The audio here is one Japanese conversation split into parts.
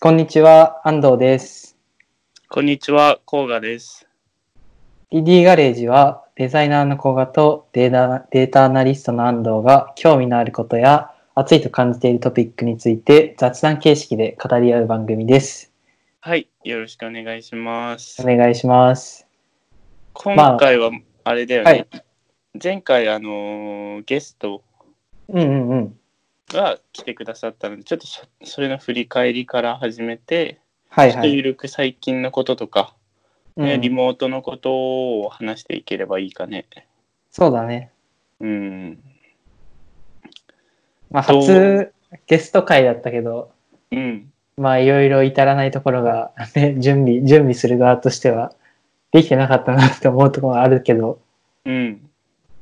こんにちは、安藤です。こんにちは、甲賀です。 DD ガレージはデザイナーの古賀とデータデータアナリストの安藤が興味のあることや熱いと感じているトピックについて雑談形式で語り合う番組です。はい、よろしくお願いしますお。願いします。今回はあれだよね。はい前回、あのーゲストうんうんうん。が来てくださったので、ちょっとそそれの振り返りから始めて、はいちょっはとい。ゆるく最近のこととか、ねうんリモートのことを話していければいいかね。そうだね。うん。まあ、どう初ゲスト会だったけど、うん。まあいろいろ至らないところが、 ね、準備、準備する側としてはできてなかったなって思うところがあるけど、うん。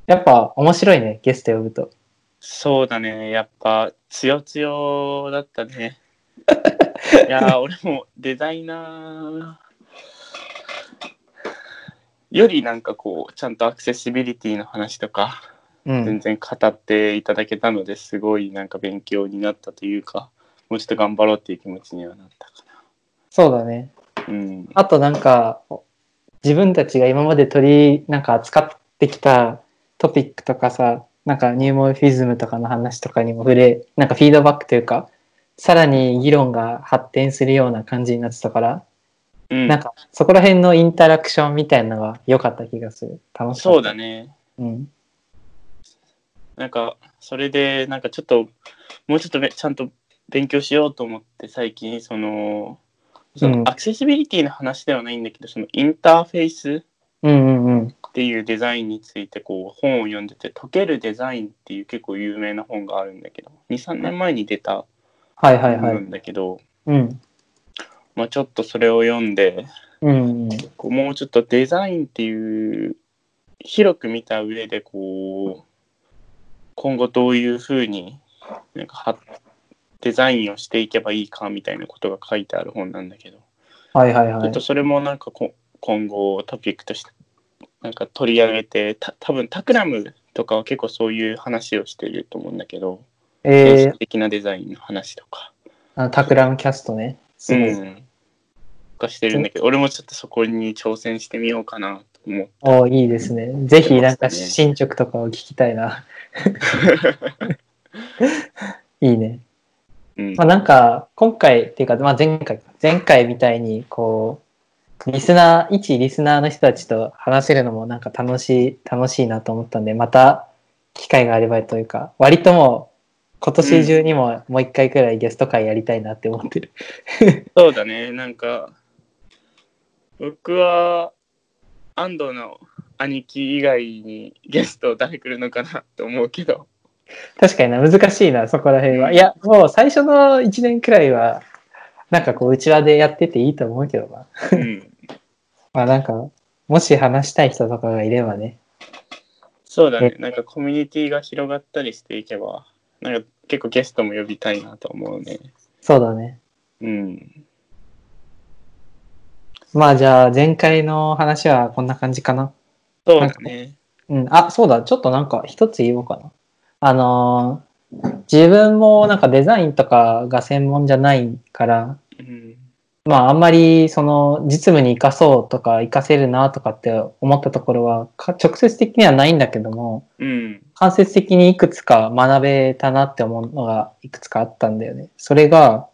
やっぱ面白いね、ゲスト呼ぶと。そうだね。やっぱ、つよつよだった ね。いやー、俺もデザイナーよりなんかこう、ちゃんとアクセシビリティの話とか、うん。全然語っていただけたのですごいなんか勉強になったというか、もうちょっと頑張ろうっていう気持ちにはなったかそうだね。な。うん。あとなんか自分たちが今まで取りなんか扱ってきたトピックとかさなんかニューモルフィズムとかの話とかにも触れなんかフィードバックというかさらに議論が発展するような感じになってたから、うん、なんかそこら辺のインタラクションみたいなのが良かった気がする楽しかったそうだね。うんなんかそれでなんかちょっともうちょっとべちゃんと勉強しようと思って最近そのそうんのアクセシビリティの話ではないんだけどそのインターフェイスうんうんうんっていうデザインについてこう本を読んでて「溶けるデザイン」っていう結構有名な本があるんだけど23年前に出たはいはい本はい、なんだけど、うんまあ、ちょっとそれを読んでうんうんこうもうちょっとデザインっていう広く見た上でこう今後どういうふうになんかはデザインをしていけばいいかみたいなことが書いてある本なんだけど、はいはいちはょっいとそれもなんかこ今後トピックとしてなんか取り上げてた多分タクラムとかは結構そういう話をしてると思うんだけど、原え始ー、的なデザインの話とか。あのタクラムキャストねすごい、うんがしてるんだけど俺もちょっとそこに挑戦してみようかなと思うおーいいですねぜひなんか出ました進ね捗とかを聞きたいないいね。うんまあ、なんか、今回っていうか、まあ、前回か、前回みたいに、こう、リスナー、一リスナーの人たちと話せるのもなんか楽しい、楽しいなと思ったんで、また機会があればというか、割ともう、今年中にももう一回くらいゲスト会やりたいなって思ってる。そうだね、なんか、僕は、安藤の兄貴以外にゲスト誰来るのかなと思うけど、確かにな、難しいな、そこら辺うは。んいや、もう最初の1年くらいは、なんかこう、うちらでやってていいと思うけどな。うん、まあなんか、もし話したい人とかがいればね。そうだね、なんかコミュニティが広がったりしていけば、なんか結構ゲストも呼びたいなと思うね。そうだね。うん、まあじゃあ前回の話はこんな感じかな。そうだね。うん。あ、そうだ。ちょっとなんか一つ言おうかな。あのー自分もなんかデザインとかが専門じゃないから、うん、まああんまりその実務に生かそうとか生かせるなとかって思ったところはか直接的にはないんだけども、うん、間接的にいくつか学べたなって思うのがいくつかあったんだよね。それが、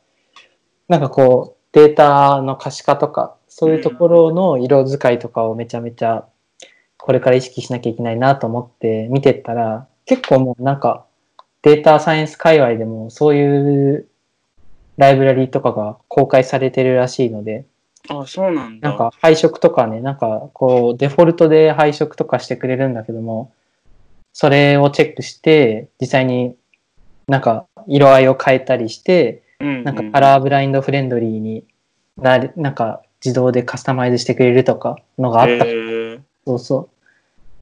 なんかこう、データの可視化とか、そういうところの色使いとかをめちゃめちゃ、これから意識しなきゃいけないなと思って見てったら、結構もうなんか、データサイエンス界隈でもそういうライブラリとかが公開されてるらしいので、あ、そうなんだ。なんか配色とかね、なんかこうデフォルトで配色とかしてくれるんだけども、それをチェックして、実際になんか色合いを変えたりして、うん、なんかカラーブラインドフレンドリーになる、なんか自動でカスタマイズしてくれるとかのがあったへーそうそう。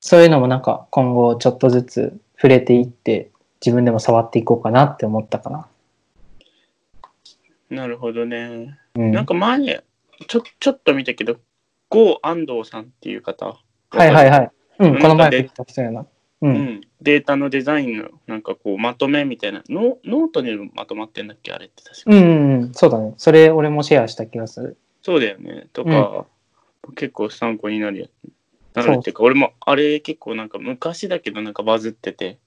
そういうのもなんか今後ちょっとずつ触れていって、自分でも触っていこうかなって思ったかな。なるほどね。うん。なんか前、ちょちょっと見たけど、郷安藤さんっていう方。はいはいはい。うん、なんかこの前で来た人やな。う。うんん、データのデザインのなんかこうまとめみたいなノノートにもまとまってんだっけあれって確か、うん、うんうん、そうだね。それ、俺もシェアした気がする。そうだよねとか、結構参考になるやつなるっていうか俺もあれ結構なんか昔だけどなんかバズってて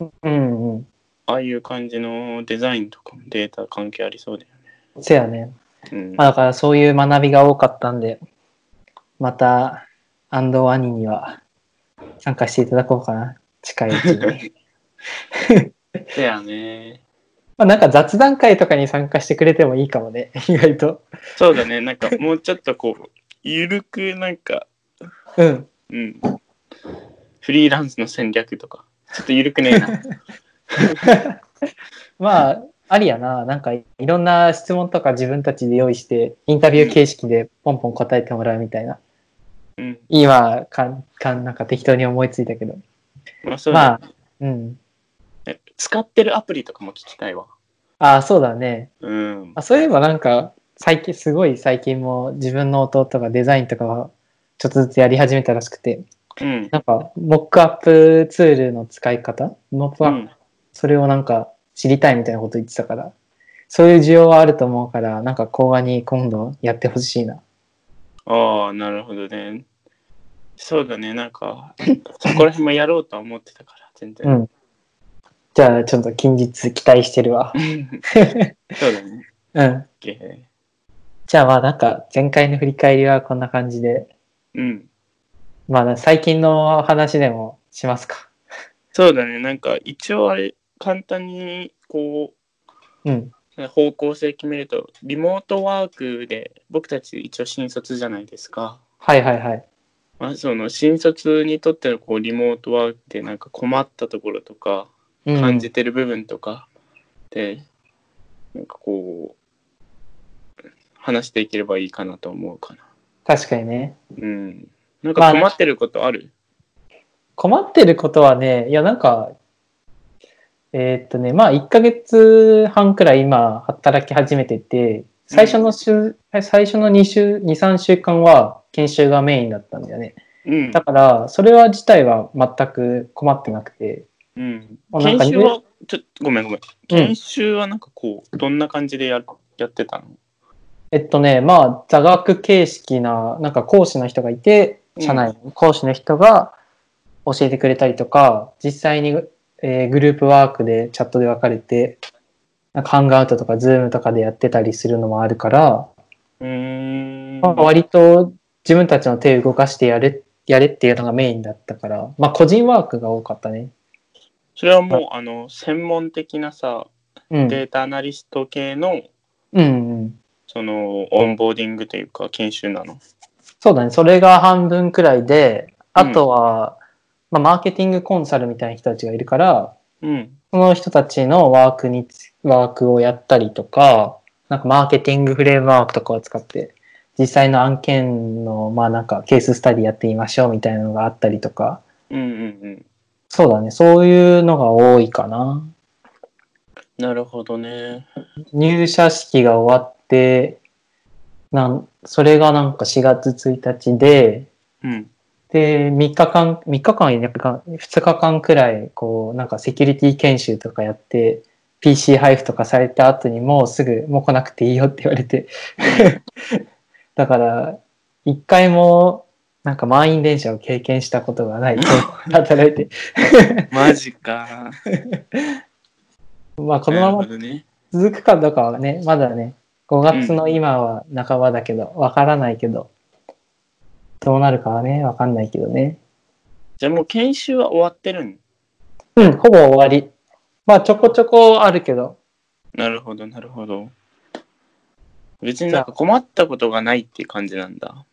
うん、うん。ああいう感じのデザインとかもデータ関係ありそうだよせやね。ね、うんまあ、だから、そういう学びが多かったんで、また、アンド兄には参加していただこうかな。近いうちに。だよねまあ、なんか雑談会とかに参加してくれてもいいかもね。 意外と。そうだねなんかもうちょっとこうゆるくなんかうん。うんフリーランスの戦略とかちょっとゆるくねえ なまあ、ありやな。なんか、いろんな質問とか自分たちで用意して、インタビュー形式でポンポン答えてもらうみたいな。うん今、かかなんか適当に思いついたけど。まあそうだねまあ、うん。え使ってるアプリとかも聞きたいわ。ああ、そうだね。うん。あそういえばなんか、最近、すごい最近も自分の弟がデザインとか、ちょっとずつやり始めたらしくて、うん。なんか、モックアップツールの使い方モップうアップん、それをなんか知りたいみたいなこと言ってたから、そういう需要はあると思うから、なんか講話に今度やってほしいな。ああ、なるほどね。そうだね、なんか、そこら辺もやろうとは思ってたから、全う然。ん。じゃあちょっと近日期待してるわ。 そうだね。うん。 OK じゃあまあなんか前回の振り返りはこんな感じで、うん。まあ最近の話でもしますか。そうだね、なんか、一応あれ、簡単に、こうん。う、方向性決めると、リモートワークで、僕たち一応新卒じゃないですか。はいはいはい。まあ、その、新卒にとっての、こう、リモートワークで、なんか困ったところとか、うん、感じてる部分とかで、なんかこう話していければいいかなと思うかな。確かにね。うん。なんか困ってることある、困ってることはね、いやなんか、えーっとね、まあ1ヶ月半くらい今働き始めてて、最初の週、最初の2週、2、3週間は研修がメインだったんだよね。うんだ。から、それは自体は全く困ってなくて、うん。もうなんか研修は、ちょっとごめんごめん。研修はなんかこう、どんな感じでややってたのえっとね、まあ座学形式な、なんか講師の人がいて、うん社内の講師の人が教えてくれたりとか、実際に、えーグループワークでチャットで分かれて、なんかハングアウトとかズームとかでやってたりするのもあるから、うーん。まあ、割と自分たちの手を動かしてやれ、やれっていうのがメインだったから、まあ個人ワークが多かったね。それはもう、あの、専門的なさ、うん。データアナリスト系の、うんうん。その、オンボーディングというか、研修なの。そうだね。それが半分くらいで、あとは、まあ、マーケティングコンサルみたいな人たちがいるから、うん。その人たちのワークにつ、ワークをやったりとか、なんかマーケティングフレームワークとかを使って、実際の案件の、まあなんかケーススタディやってみましょうみたいなのがあったりとか、うんうんうん。そうだね。そういうのが多いかな。なるほどね。入社式が終わって、なん、それがなんか4月1日で、うん。で、3日間、3日間いなくか、2日間くらい、こう、なんかセキュリティ研修とかやって、PC 配布とかされた後にもうすぐ、もう来なくていいよって言われて。 だから、一回も、なんか満員電車を経験したことが ない。働いて。マジか。まあ、このまなまるほどね。続くかどうかはね、まだね、5月の今は半ばだけど、わからないけど、どうなるかはね、わかんないけどね。じゃあもう研修は終わってるんうん、ほぼ終わり。まあ、ちょこちょこあるけど、なるほど、なるほど。別になんか困ったことがないっていう感じなんだ。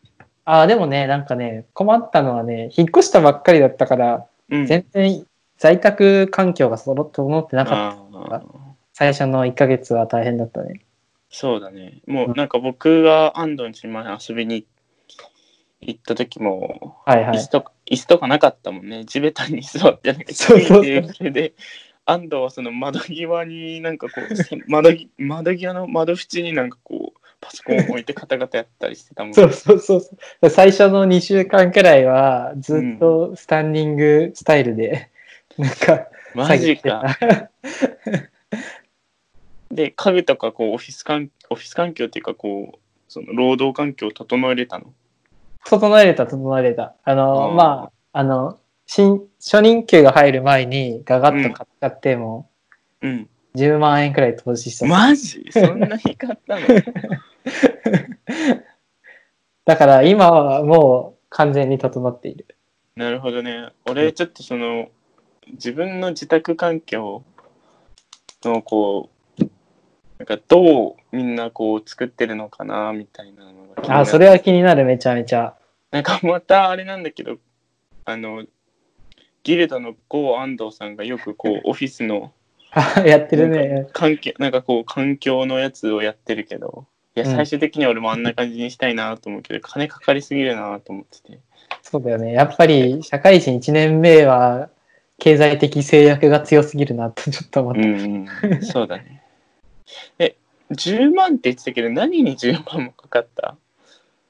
ああ、でもね、なんかね、困ったのはね、引っ越したばっかりだったから、うん。全然在宅環境がそろ整ってなかった。ああ最初の1ヶ月は大変だったね。そうだね。もうなんか僕が安藤に前遊びに行った時も、はいは椅子い。とか、椅子とかなかったもんね。地べたに座ってなんかそうそうそう低いテーブルで。安 藤はその窓際になんかこう窓ぎ窓際の窓縁になんかこうパソコン置いてカタカタやったりしてたも ん。そうそうそうそう。最初の2週間くらいは、ずっとスタンディングスタイルで、 なんか、マジ作業か。してた。で、家具とかこうオフィス環オフィス環境っていうかこうその労働環境を整えれたの。 整えれた、整えれた。あの、うんまあ、あの、新、初任給が入る前に、ガガッと買っちゃって、もうん。う、10万円くらい投資した。マジそんなに買ったのだから、今はもう、完全に整っている。 なるほどね。俺ちょっとその自分の自宅環境のこうなんかどうみんなこう作ってるのかなみたいなのが気になるあ、それは気になる、めちゃめちゃ。 なんかまたあれなんだけどあのギルドの郷安藤さんがよく こうオフィスのあやってるなんねか。環境なんかこう環境のやつをやってるけどいやうん最終的には俺もあんな感じにしたいなと思うけど、金かかりすぎるなと思っててそうだよね。やっぱり、社会人1年目は、経済的制約が強すぎるなとちょっと思っうた。ん、うん、 そうだねえ10万って言ってたけど何に10万もかかった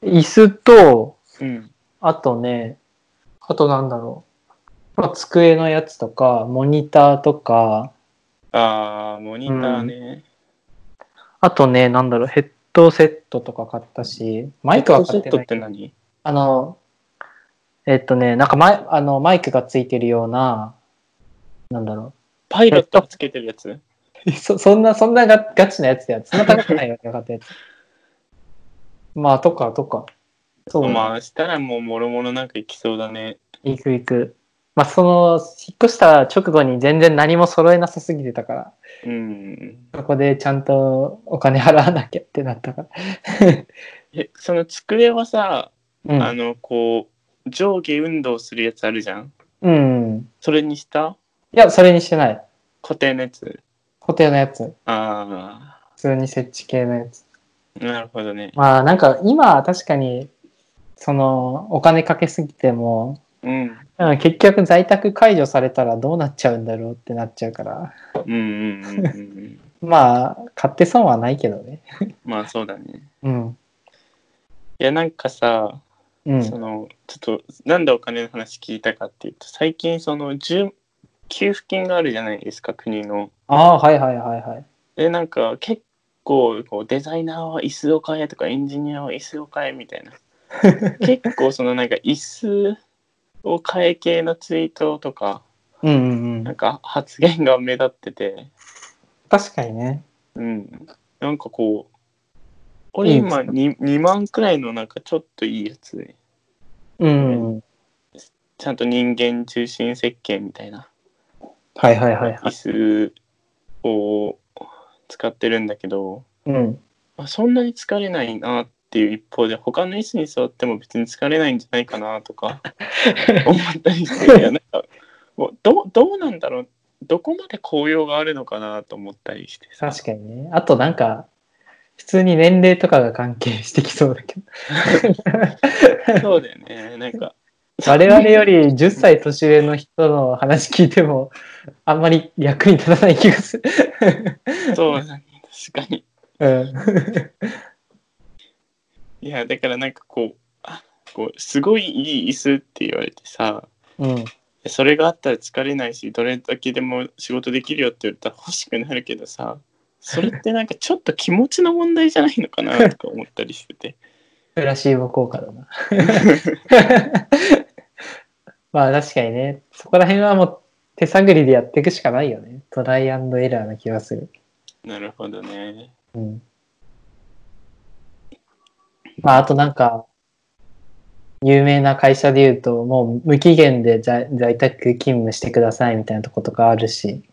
椅子と、うんあとね、あとなんだろう。まあ、机のやつとか、モニターとか、あーモニターね、あとね、なんだろう、ヘッドセットとか買ったし、マイクはヘ買ッドっセてットなっい。て何あの、えっとね、なんかマイあのマイクがついてるような、なんだろパイロットがつけてるやつう。そそんな、そんなガガチなやつだよ。そんな高くないよ、買ったやつ。 まあ、とか、とか。そう、まあしたらもうもろもろなんかいきそうだね行く行く。まあ、その、引っ越した直後に全然何も揃えなさすぎてたから。うんそこでちゃんとお金払わなきゃってなったから。えその机はさ、 うんあのこう上下運動するやつあるじゃんうん。それにしたいや、それにしてない。固定のやつ固定のやつ。あ普通に設置系のやつ。あなるほどねまあなんか今は確かに、そのお金かけすぎても、うんうん結局在宅解除されたらどうなっちゃうんだろうってなっちゃうから。うんうんうんうんうん まあ、買って損はないけどね。まあそうだねうん。いやなんかさ、うそん。のちょっとなんでお金の話聞いたかっていうと最近その住給付金があるじゃないですか国のああ、はいはいはいはい。でなんか結構こうデザイナーは椅子を買えとかエンジニアは椅子を買えみた いな結構そのなんか椅子を買え系のツイートとかうんうんうなんん。か発言が目立ってて確かにね。うんなんかこう俺今 2, 2万くらいのなんかちょっといいやつうん。ちゃんと人間中心設計みたいなはいはいはいはい。椅子を使ってるんだけど、うん。まあ、そんなに疲れないなっていう一方で他の椅子に座っても別に疲れないんじゃないかなと か思ったりしていやなんかもうどうどうなんだろうどこまで紅葉があるのかなと思ったりしてさ確かにね。あとなんか、普通に年齢とかが関係してきそうだけど。そうだよねなんか我々より10歳年上の人の話聞いても、あんまり役に立たない気がする。そうだね確かにうん。いやだからなんかこうあこうすごいいい椅子って言われてさうん。それがあったら疲れないしどれだけでも仕事できるよって言われたら欲しくなるけどさそれってなんかちょっと気持ちの問題じゃないのかなとか思ったりしててプラシーボ効果だ な。まあ確かにね、そこら辺はもう手探りでやっていくしかないよね。トライアンドエラーな気がする。 なるほどね。うん。まあ、あとなんか、有名な会社で言うと、もう無期限で在在宅勤務してくださいみたいなとことかあるし、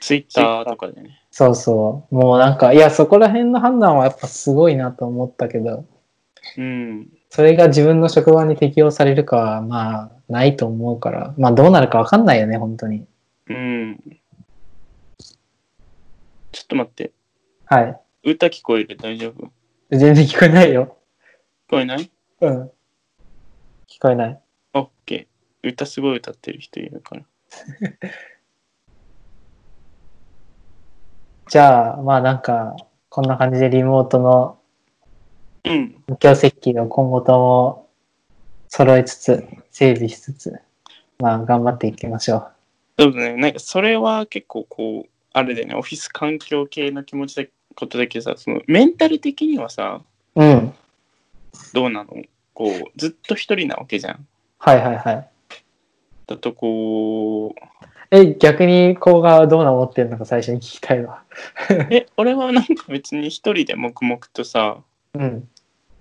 ツイッターとかでね。そうそう、もうなんか、いや、そこら辺の判断はやっぱすごいなと思ったけど、うん。それが自分の職場に適用されるかは、まあ、ないと思うから、まあ、どうなるかわかんないよね、本当に。うん。ちょっと待って。はい。歌聞こえる大丈夫聞全然聞こえないよ。こえないうん。聞こえない。オッケー。歌すごい歌ってる人いるから。じゃあ、まあなんか、こんな感じでリモートのうん。無教設計を今後とも揃えつつ、整備しつつ、まあ、頑張っていきましょう。そうですね。なんかそれは結構こう、あれだよね、オフィス環境系の気持ちだことだけどさ、そのメンタル的にはさ、うん。どうなのこう、ずっと一人なわけじゃん。はいはいはい。だとこう、え、逆に、こうがどうな思ってるのか最初に聞きたいわ。え、俺はなんか別に一人で黙々とさ、うん。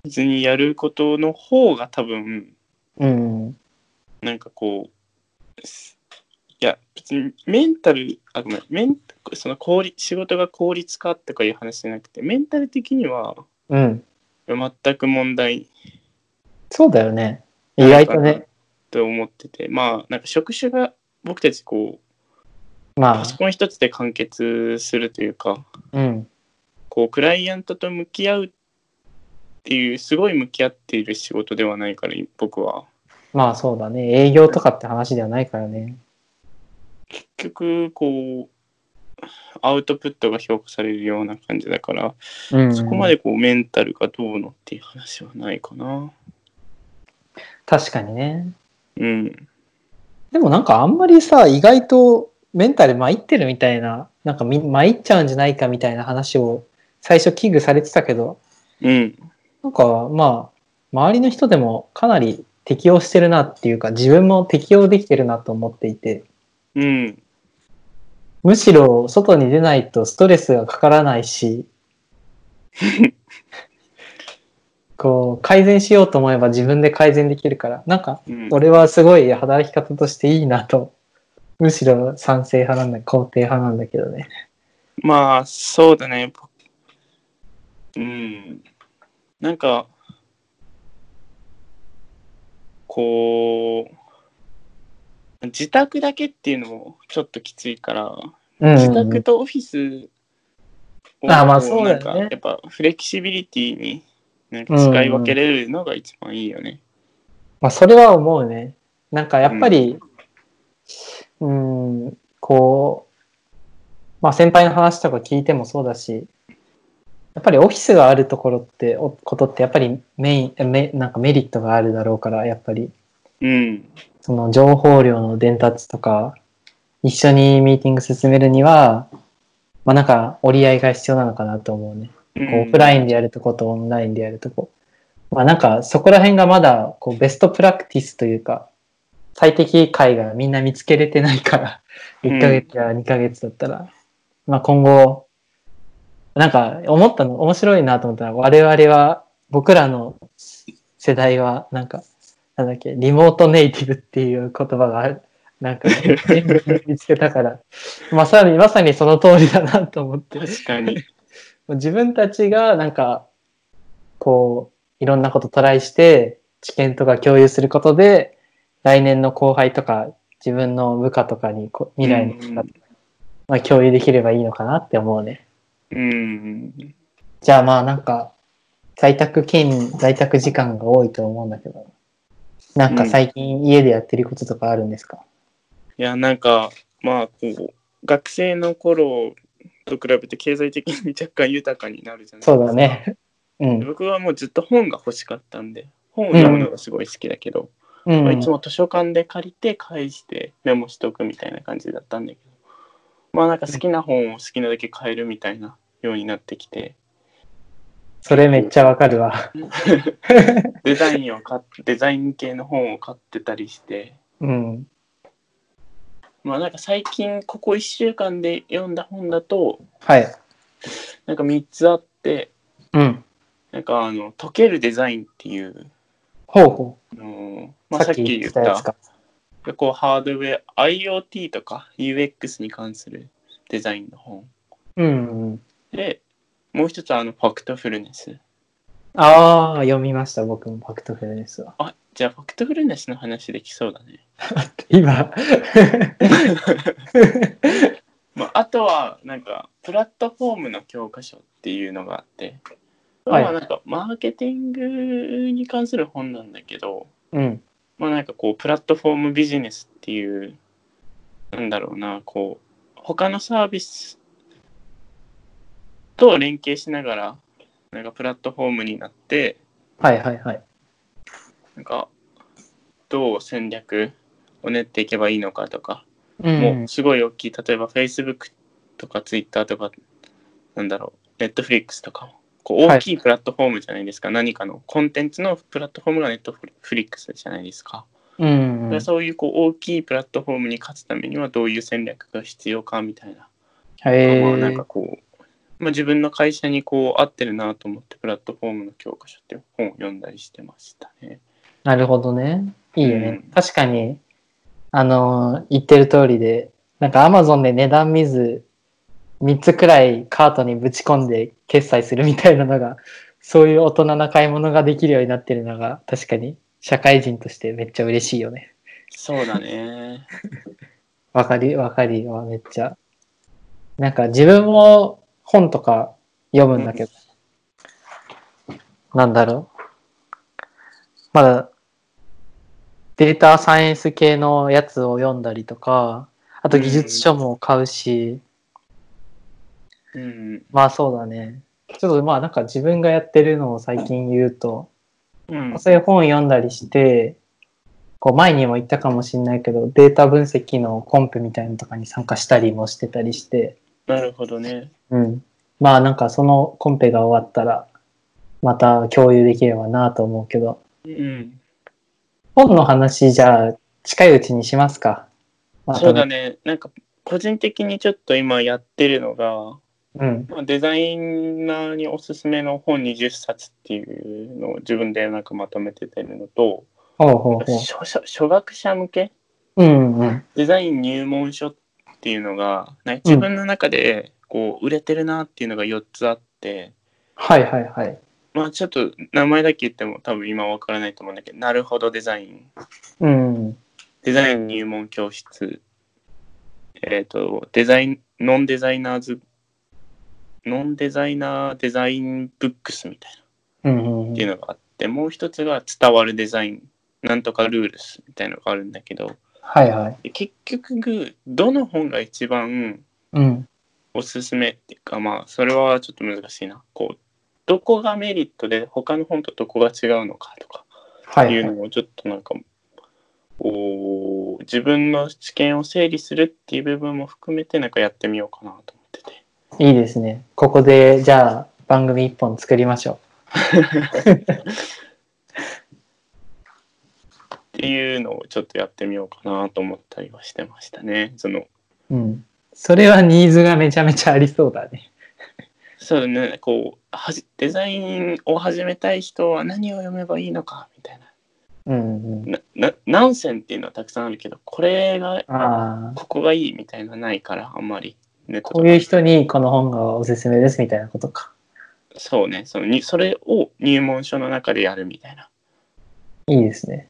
別にやることの方が多分、うん。なんかこう、すいや、別にメンタル、あ、ごめん、メンその効率、仕事が効率化とかいう話じゃなくて、メンタル的にはうん。全く問題そうだよね。意外とね。と思っててまあなんか職種が僕たちこうまパソコン一つで完結するというかあ、うん。こうクライアントと向き合うっていうすごい向き合っている仕事ではないから僕はまあそうだね。営業とかって話ではないからね。結局こうアウトプットが評価されるような感じだから、うん。そこまでこうメンタルがどうのっていう話はないかな確かにね。うんでもなんかあんまりさ、意外とメンタル参ってるみたいな、なんかみ参っちゃうんじゃないかみたいな話を最初危惧されてたけど、うんなんかまあ、周りの人でもかなり適応してるなっていうか、自分も適応できてるなと思っていて、うんむしろ外に出ないとストレスがかからない し、こう、改善しようと思えば自分で改善できるから、なんかうん俺はすごい働き方としていいなと、むしろ賛成派なんだ、肯定派なんだけどね。まあそうだね。ぼうん。なんかこう自宅だけっていうのもちょっときついから、うん自宅とオフィスをあまあこそうだよねなんかやっぱフレキシビリティになんか使い分けれるのが一番いいよね。まあ、それは思うね。なんかやっぱり、うん、こう、まあ先輩の話とか聞いてもそうだし、やっぱりオフィスがあるところって、おことってやっぱりメイン、えメなんかメリットがあるだろうから、やっぱり、うん。その情報量の伝達とか、一緒にミーティング進めるには、まあなんか折り合いが必要なのかなと思うね。うんこうオフラインでやるとことオンラインでやるとこ。まあなんかそこら辺がまだこうベストプラクティスというか、最適解がみんな見つけれてないから、うん1ヶ月や2ヶ月だったら、まあ今後、なんか思ったの、面白いなと思ったのは、我々は、僕らの世代は、なんか、なんだっけ、リモートネイティブっていう言葉がある、なん か、見つけたから、まさに、まさにその通りだなと思って。確かに。自分たちがなんかこういろんなことトライして知見とか共有することで来年の後輩とか自分の部下とかにこう未来の部下とか、まあ、共有できればいいのかなって思うね。うん。じゃあまあなんか在宅勤在宅時間が多いと思うんだけどなんか最近家でやってることとかあるんですか、いやなんかまあこう学生の頃と比べて経済的に若干豊かになるじゃないですかそうだ ね。うん、僕はもうずっと本が欲しかったんで本を読むのがすごい好きだけど、うまあん、いつも図書館で借りて返してメモしとくみたいな感じだったんだけどまあなんか好きな本を好きなだけ買えるみたいなようになってきてそれめっちゃわかるわ。デザインを買っデザイン系の本を買ってたりしてうん、まあなんか最近ここ1週間で読んだ本だとはい。なんか3つあってうん、なんかあの溶けるデザインっていう、ほうほあのーう。まあ、さっき言ったやつか。こうハードウェア IoT とか UX に関するデザインの本うん、うん。でもう一つあのファクトフルネスああ、読みました、僕もファクトフルネスは。あじゃあファクトフルネスの話できそうだね、 今、 まあ、あとはなんかプラットフォームの教科書っていうのがあって、はいまあなんかマーケティングに関する本なんだけど、うん、まあなんかこうプラットフォームビジネスっていうなんだろうなこう他のサービスと連携しながらなんかプラットフォームになってはいはいはい。なんかどう戦略を練っていけばいいのかとか、うんもうすごい大きい例えば Facebook とか Twitter とかなんだろう Netflix とかもこうはい大きいプラットフォームじゃないですか、何かのコンテンツのプラットフォームが Netflix じゃないですか、うんうんでそういうこう大きいプラットフォームに勝つためにはどういう戦略が必要かみたいなへまあーなんかこう、まあ、自分の会社にこう合ってるなと思ってプラットフォームの教科書っていう本を読んだりしてましたね。なるほどね。いいよね。うん確かに、あのー言ってる通りで、なんか Amazon で値段見ず、3つくらいカートにぶち込んで決済するみたいなのが、 そういう大人な買い物ができるようになってるのが、確かに社会人としてめっちゃ嬉しいよね。そうだね。わかり、わかりはめっちゃ。なんか自分も本とか読むんだけど、なんだろう。まだ、データサイエンス系のやつを読んだりとか、あと技術書も買うし、うん。まあそうだね。ちょっとまあなんか自分がやってるのを最近言うと、うん。そういう本読んだりして、こう前にも言ったかもしれないけど、データ分析のコンペみたいなのとかに参加したりもしてたりして、なるほどね。うん。まあなんかそのコンペが終わったら、また共有できればなと思うけど、うん。本の話じゃあ近いうちにしますか。またそうだ。ね。なんか個人的にちょっと今やってるのが、うん。まあ、デザイナーにおすすめの本20冊っていうのを自分でなんかまとめててるのと、ほうほうほう。初初初学者向けうんうん。デザイン入門書っていうのがなんか自分の中でこう売れてるなっていうのが4つあって、はいはいはい。まあちょっと名前だけ言っても多分今わからないと思うんだけどなるほどデザインうん。デザイン入門教室えっ、とデザインノンデザイナーズノンデザイナーデザインブックスみたいなうんうんっていうのがあってもう一つが伝わるデザインなんとかルールスみたいなのがあるんだけどはいはい。で結局どの本が一番うん。おすすめっていうかまあそれはちょっと難しいなこうどこがメリットで他の本とどこが違うのかとかはいい、うはのい。をちょっとなんか、おー自分の知見を整理するっていう部分も含めてなんかやってみようかなと思ってていいですね。ここでじゃあ番組一本作りましょっていうのをちょっとやってみようかなと思ったりはしてましたねそのう。うん。それはニーズがめちゃめちゃありそうだね。そうだねこうはじデザインを始めたい人は何を読めばいいのかみたいなうんうん。なな何選っていうのはたくさんあるけどこれがああ。ここがいいみたいなないからあんまりネットとかこういう人にこの本がおすすめですみたいなことか。そうねそのにそれを入門書の中でやるみたいなっいいですね。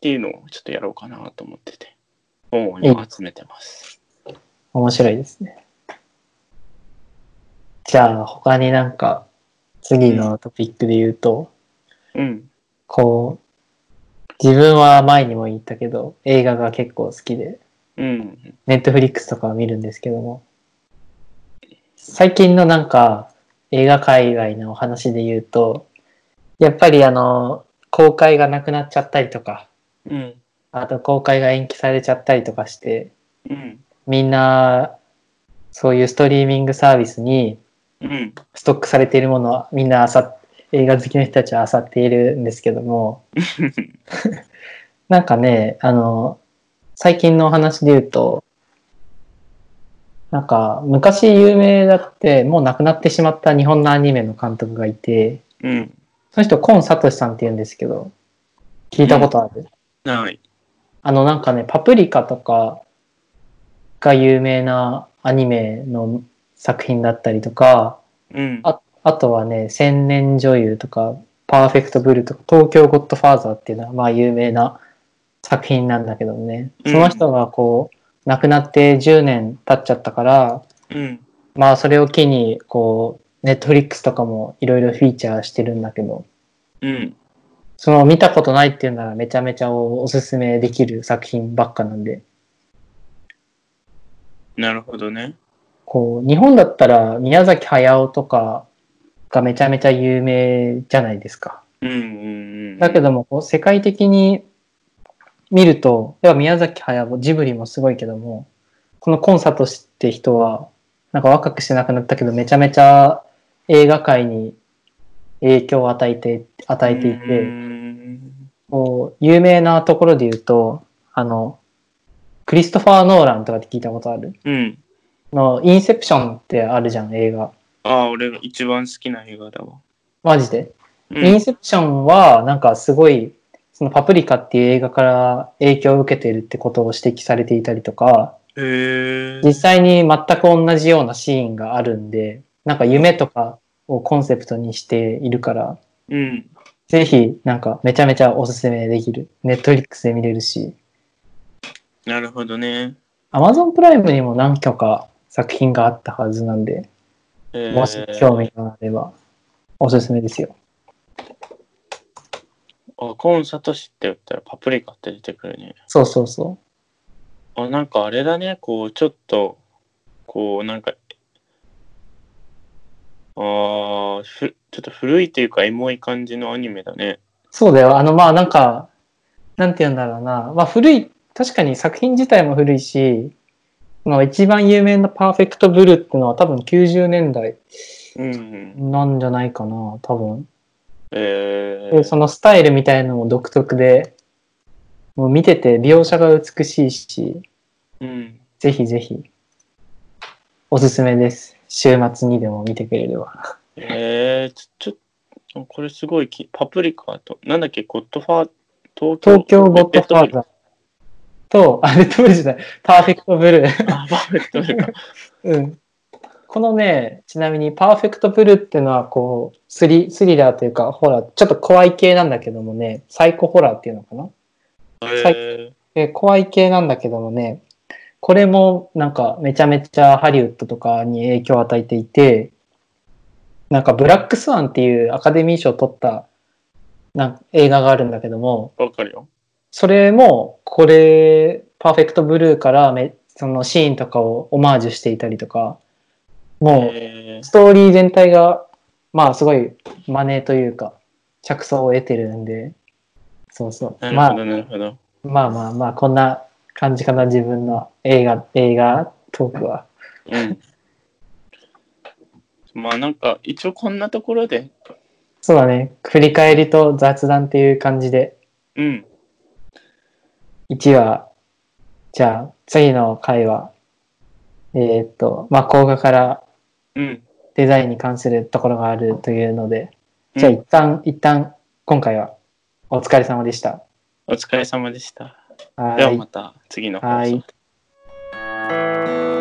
ていうのをちょっとやろうかなと思ってて本を今集めてます面白いですね。じゃあ他になんか次のトピックで言うと、うんこう、自分は前にも言ったけど、映画が結構好きで、うんネットフリックスとかは見るんですけども、最近のなんか映画界隈のお話で言うと、やっぱりあの、公開がなくなっちゃったりとか、うんあと公開が延期されちゃったりとかして、うんみんな、そういうストリーミングサービスにうんストックされているものはみんなあさ映画好きの人たちは漁っているんですけども、 なんかね、あの、最近のお話で言うと、なんか昔有名だってもう亡くなってしまった日本のアニメの監督がいて、うんその人、コン・サトシさんって言うんですけど、聞いたことある、ないあのなんかね、パプリカとかが有名なアニメの作品だったりとか、うんああとはね、千年女優とか、パーフェクトブルーとか、東京ゴッドファーザーっていうのはまあ有名な作品なんだけどね、うんその人がこう、亡くなって10年経っちゃったから、うんまあそれを機に、こう、ネットフリックスとかもいろいろフィーチャーしてるんだけど、うんその見たことないっていうならめちゃめちゃおおすすめできる作品ばっかなんで、なるほどねこう、日本だったら宮崎駿とかがめちゃめちゃ有名じゃないですか。うんうんうん。だけども、こう世界的に見ると、やっぱ宮崎駿、ジブリもすごいけども、このコンサートして人は、なんか若くして亡くなったけど、めちゃめちゃ映画界に影響を与えて、与えていて、うんこう、有名なところで言うと、あの、クリストファー・ノーランとかって聞いたことあるうん。の、インセプションってあるじゃん、映画。ああ、俺が一番好きな映画だわ。マジで。うインセプションは、なんかすごい、そのパプリカっていう映画から影響を受けているってことを指摘されていたりとか、へえ。実際に全く同じようなシーンがあるんで、なんか夢とかをコンセプトにしているから、うん。ぜひ、なんかめちゃめちゃおすすめできる。ネットフリックスで見れるし、なるほどね。 Amazon プライムにも何挙か作品があったはずなんで、えーもし興味があれば、おすすめですよ。あ、コンサート知って言ったらパプリカって出てくるね。そうそうそあ、なんかあれだね、こう、ちょっと、こう、なんか、ああ、ふちょっと古いというか、エモい感じのアニメだね。う。そうだよ。あの、まあなんか、なんて言うんだろうな。まあ古い、確かに作品自体も古いし、まあ一番有名なパーフェクトブルーってのは多分90年代うん。なんじゃないかな、多分。えで、そのスタイルみたいのも独特で、もう見てて描写が美しいし、うん。ぜひぜひ、おすすめです。週末にでも見てくれれば。えー、ちょ、ちょ、これすごいき、パプリカと、なんだっけ、ゴッドファー、東京、東京ゴッドファーー。ザーと、あ、レッドブルーじゃない、パーフェクトブルー。あ、パーフェクトブル ーか。うん。このね、ちなみにパーフェクトブルーっていうのは、こう、スリ、スリラーというか、ホラー、ちょっと怖い系なんだけどもね、サイコホラーっていうのかなええ怖い系なんだけどもね、これもなんかめちゃめちゃハリウッドとかに影響を与えていて、なんかブラックスワンっていうアカデミー賞を取ったなんか映画があるんだけども、ー、わかるよ。それもこれ、パーフェクトブルーからめそのシーンとかをオマージュしていたりとか、もえうストーリー全体が、まあすごい真似というか、着想を得てるんで、そうそう。ー、まあなるほど、なるほど。まあまあまあ、こんな感じかな、自分の映画、映画トークは。うん。まあなんか、一応こんなところで、そうだね、振り返りと雑談っていう感じで、うん。 1話、じゃあ次の回は、えーっと、まあ、工画からうん。デザインに関するところがあるというので、じゃあ一旦、一旦、今回はお疲れ様でした。お疲れ様でした。はではいま。た次の放は送い。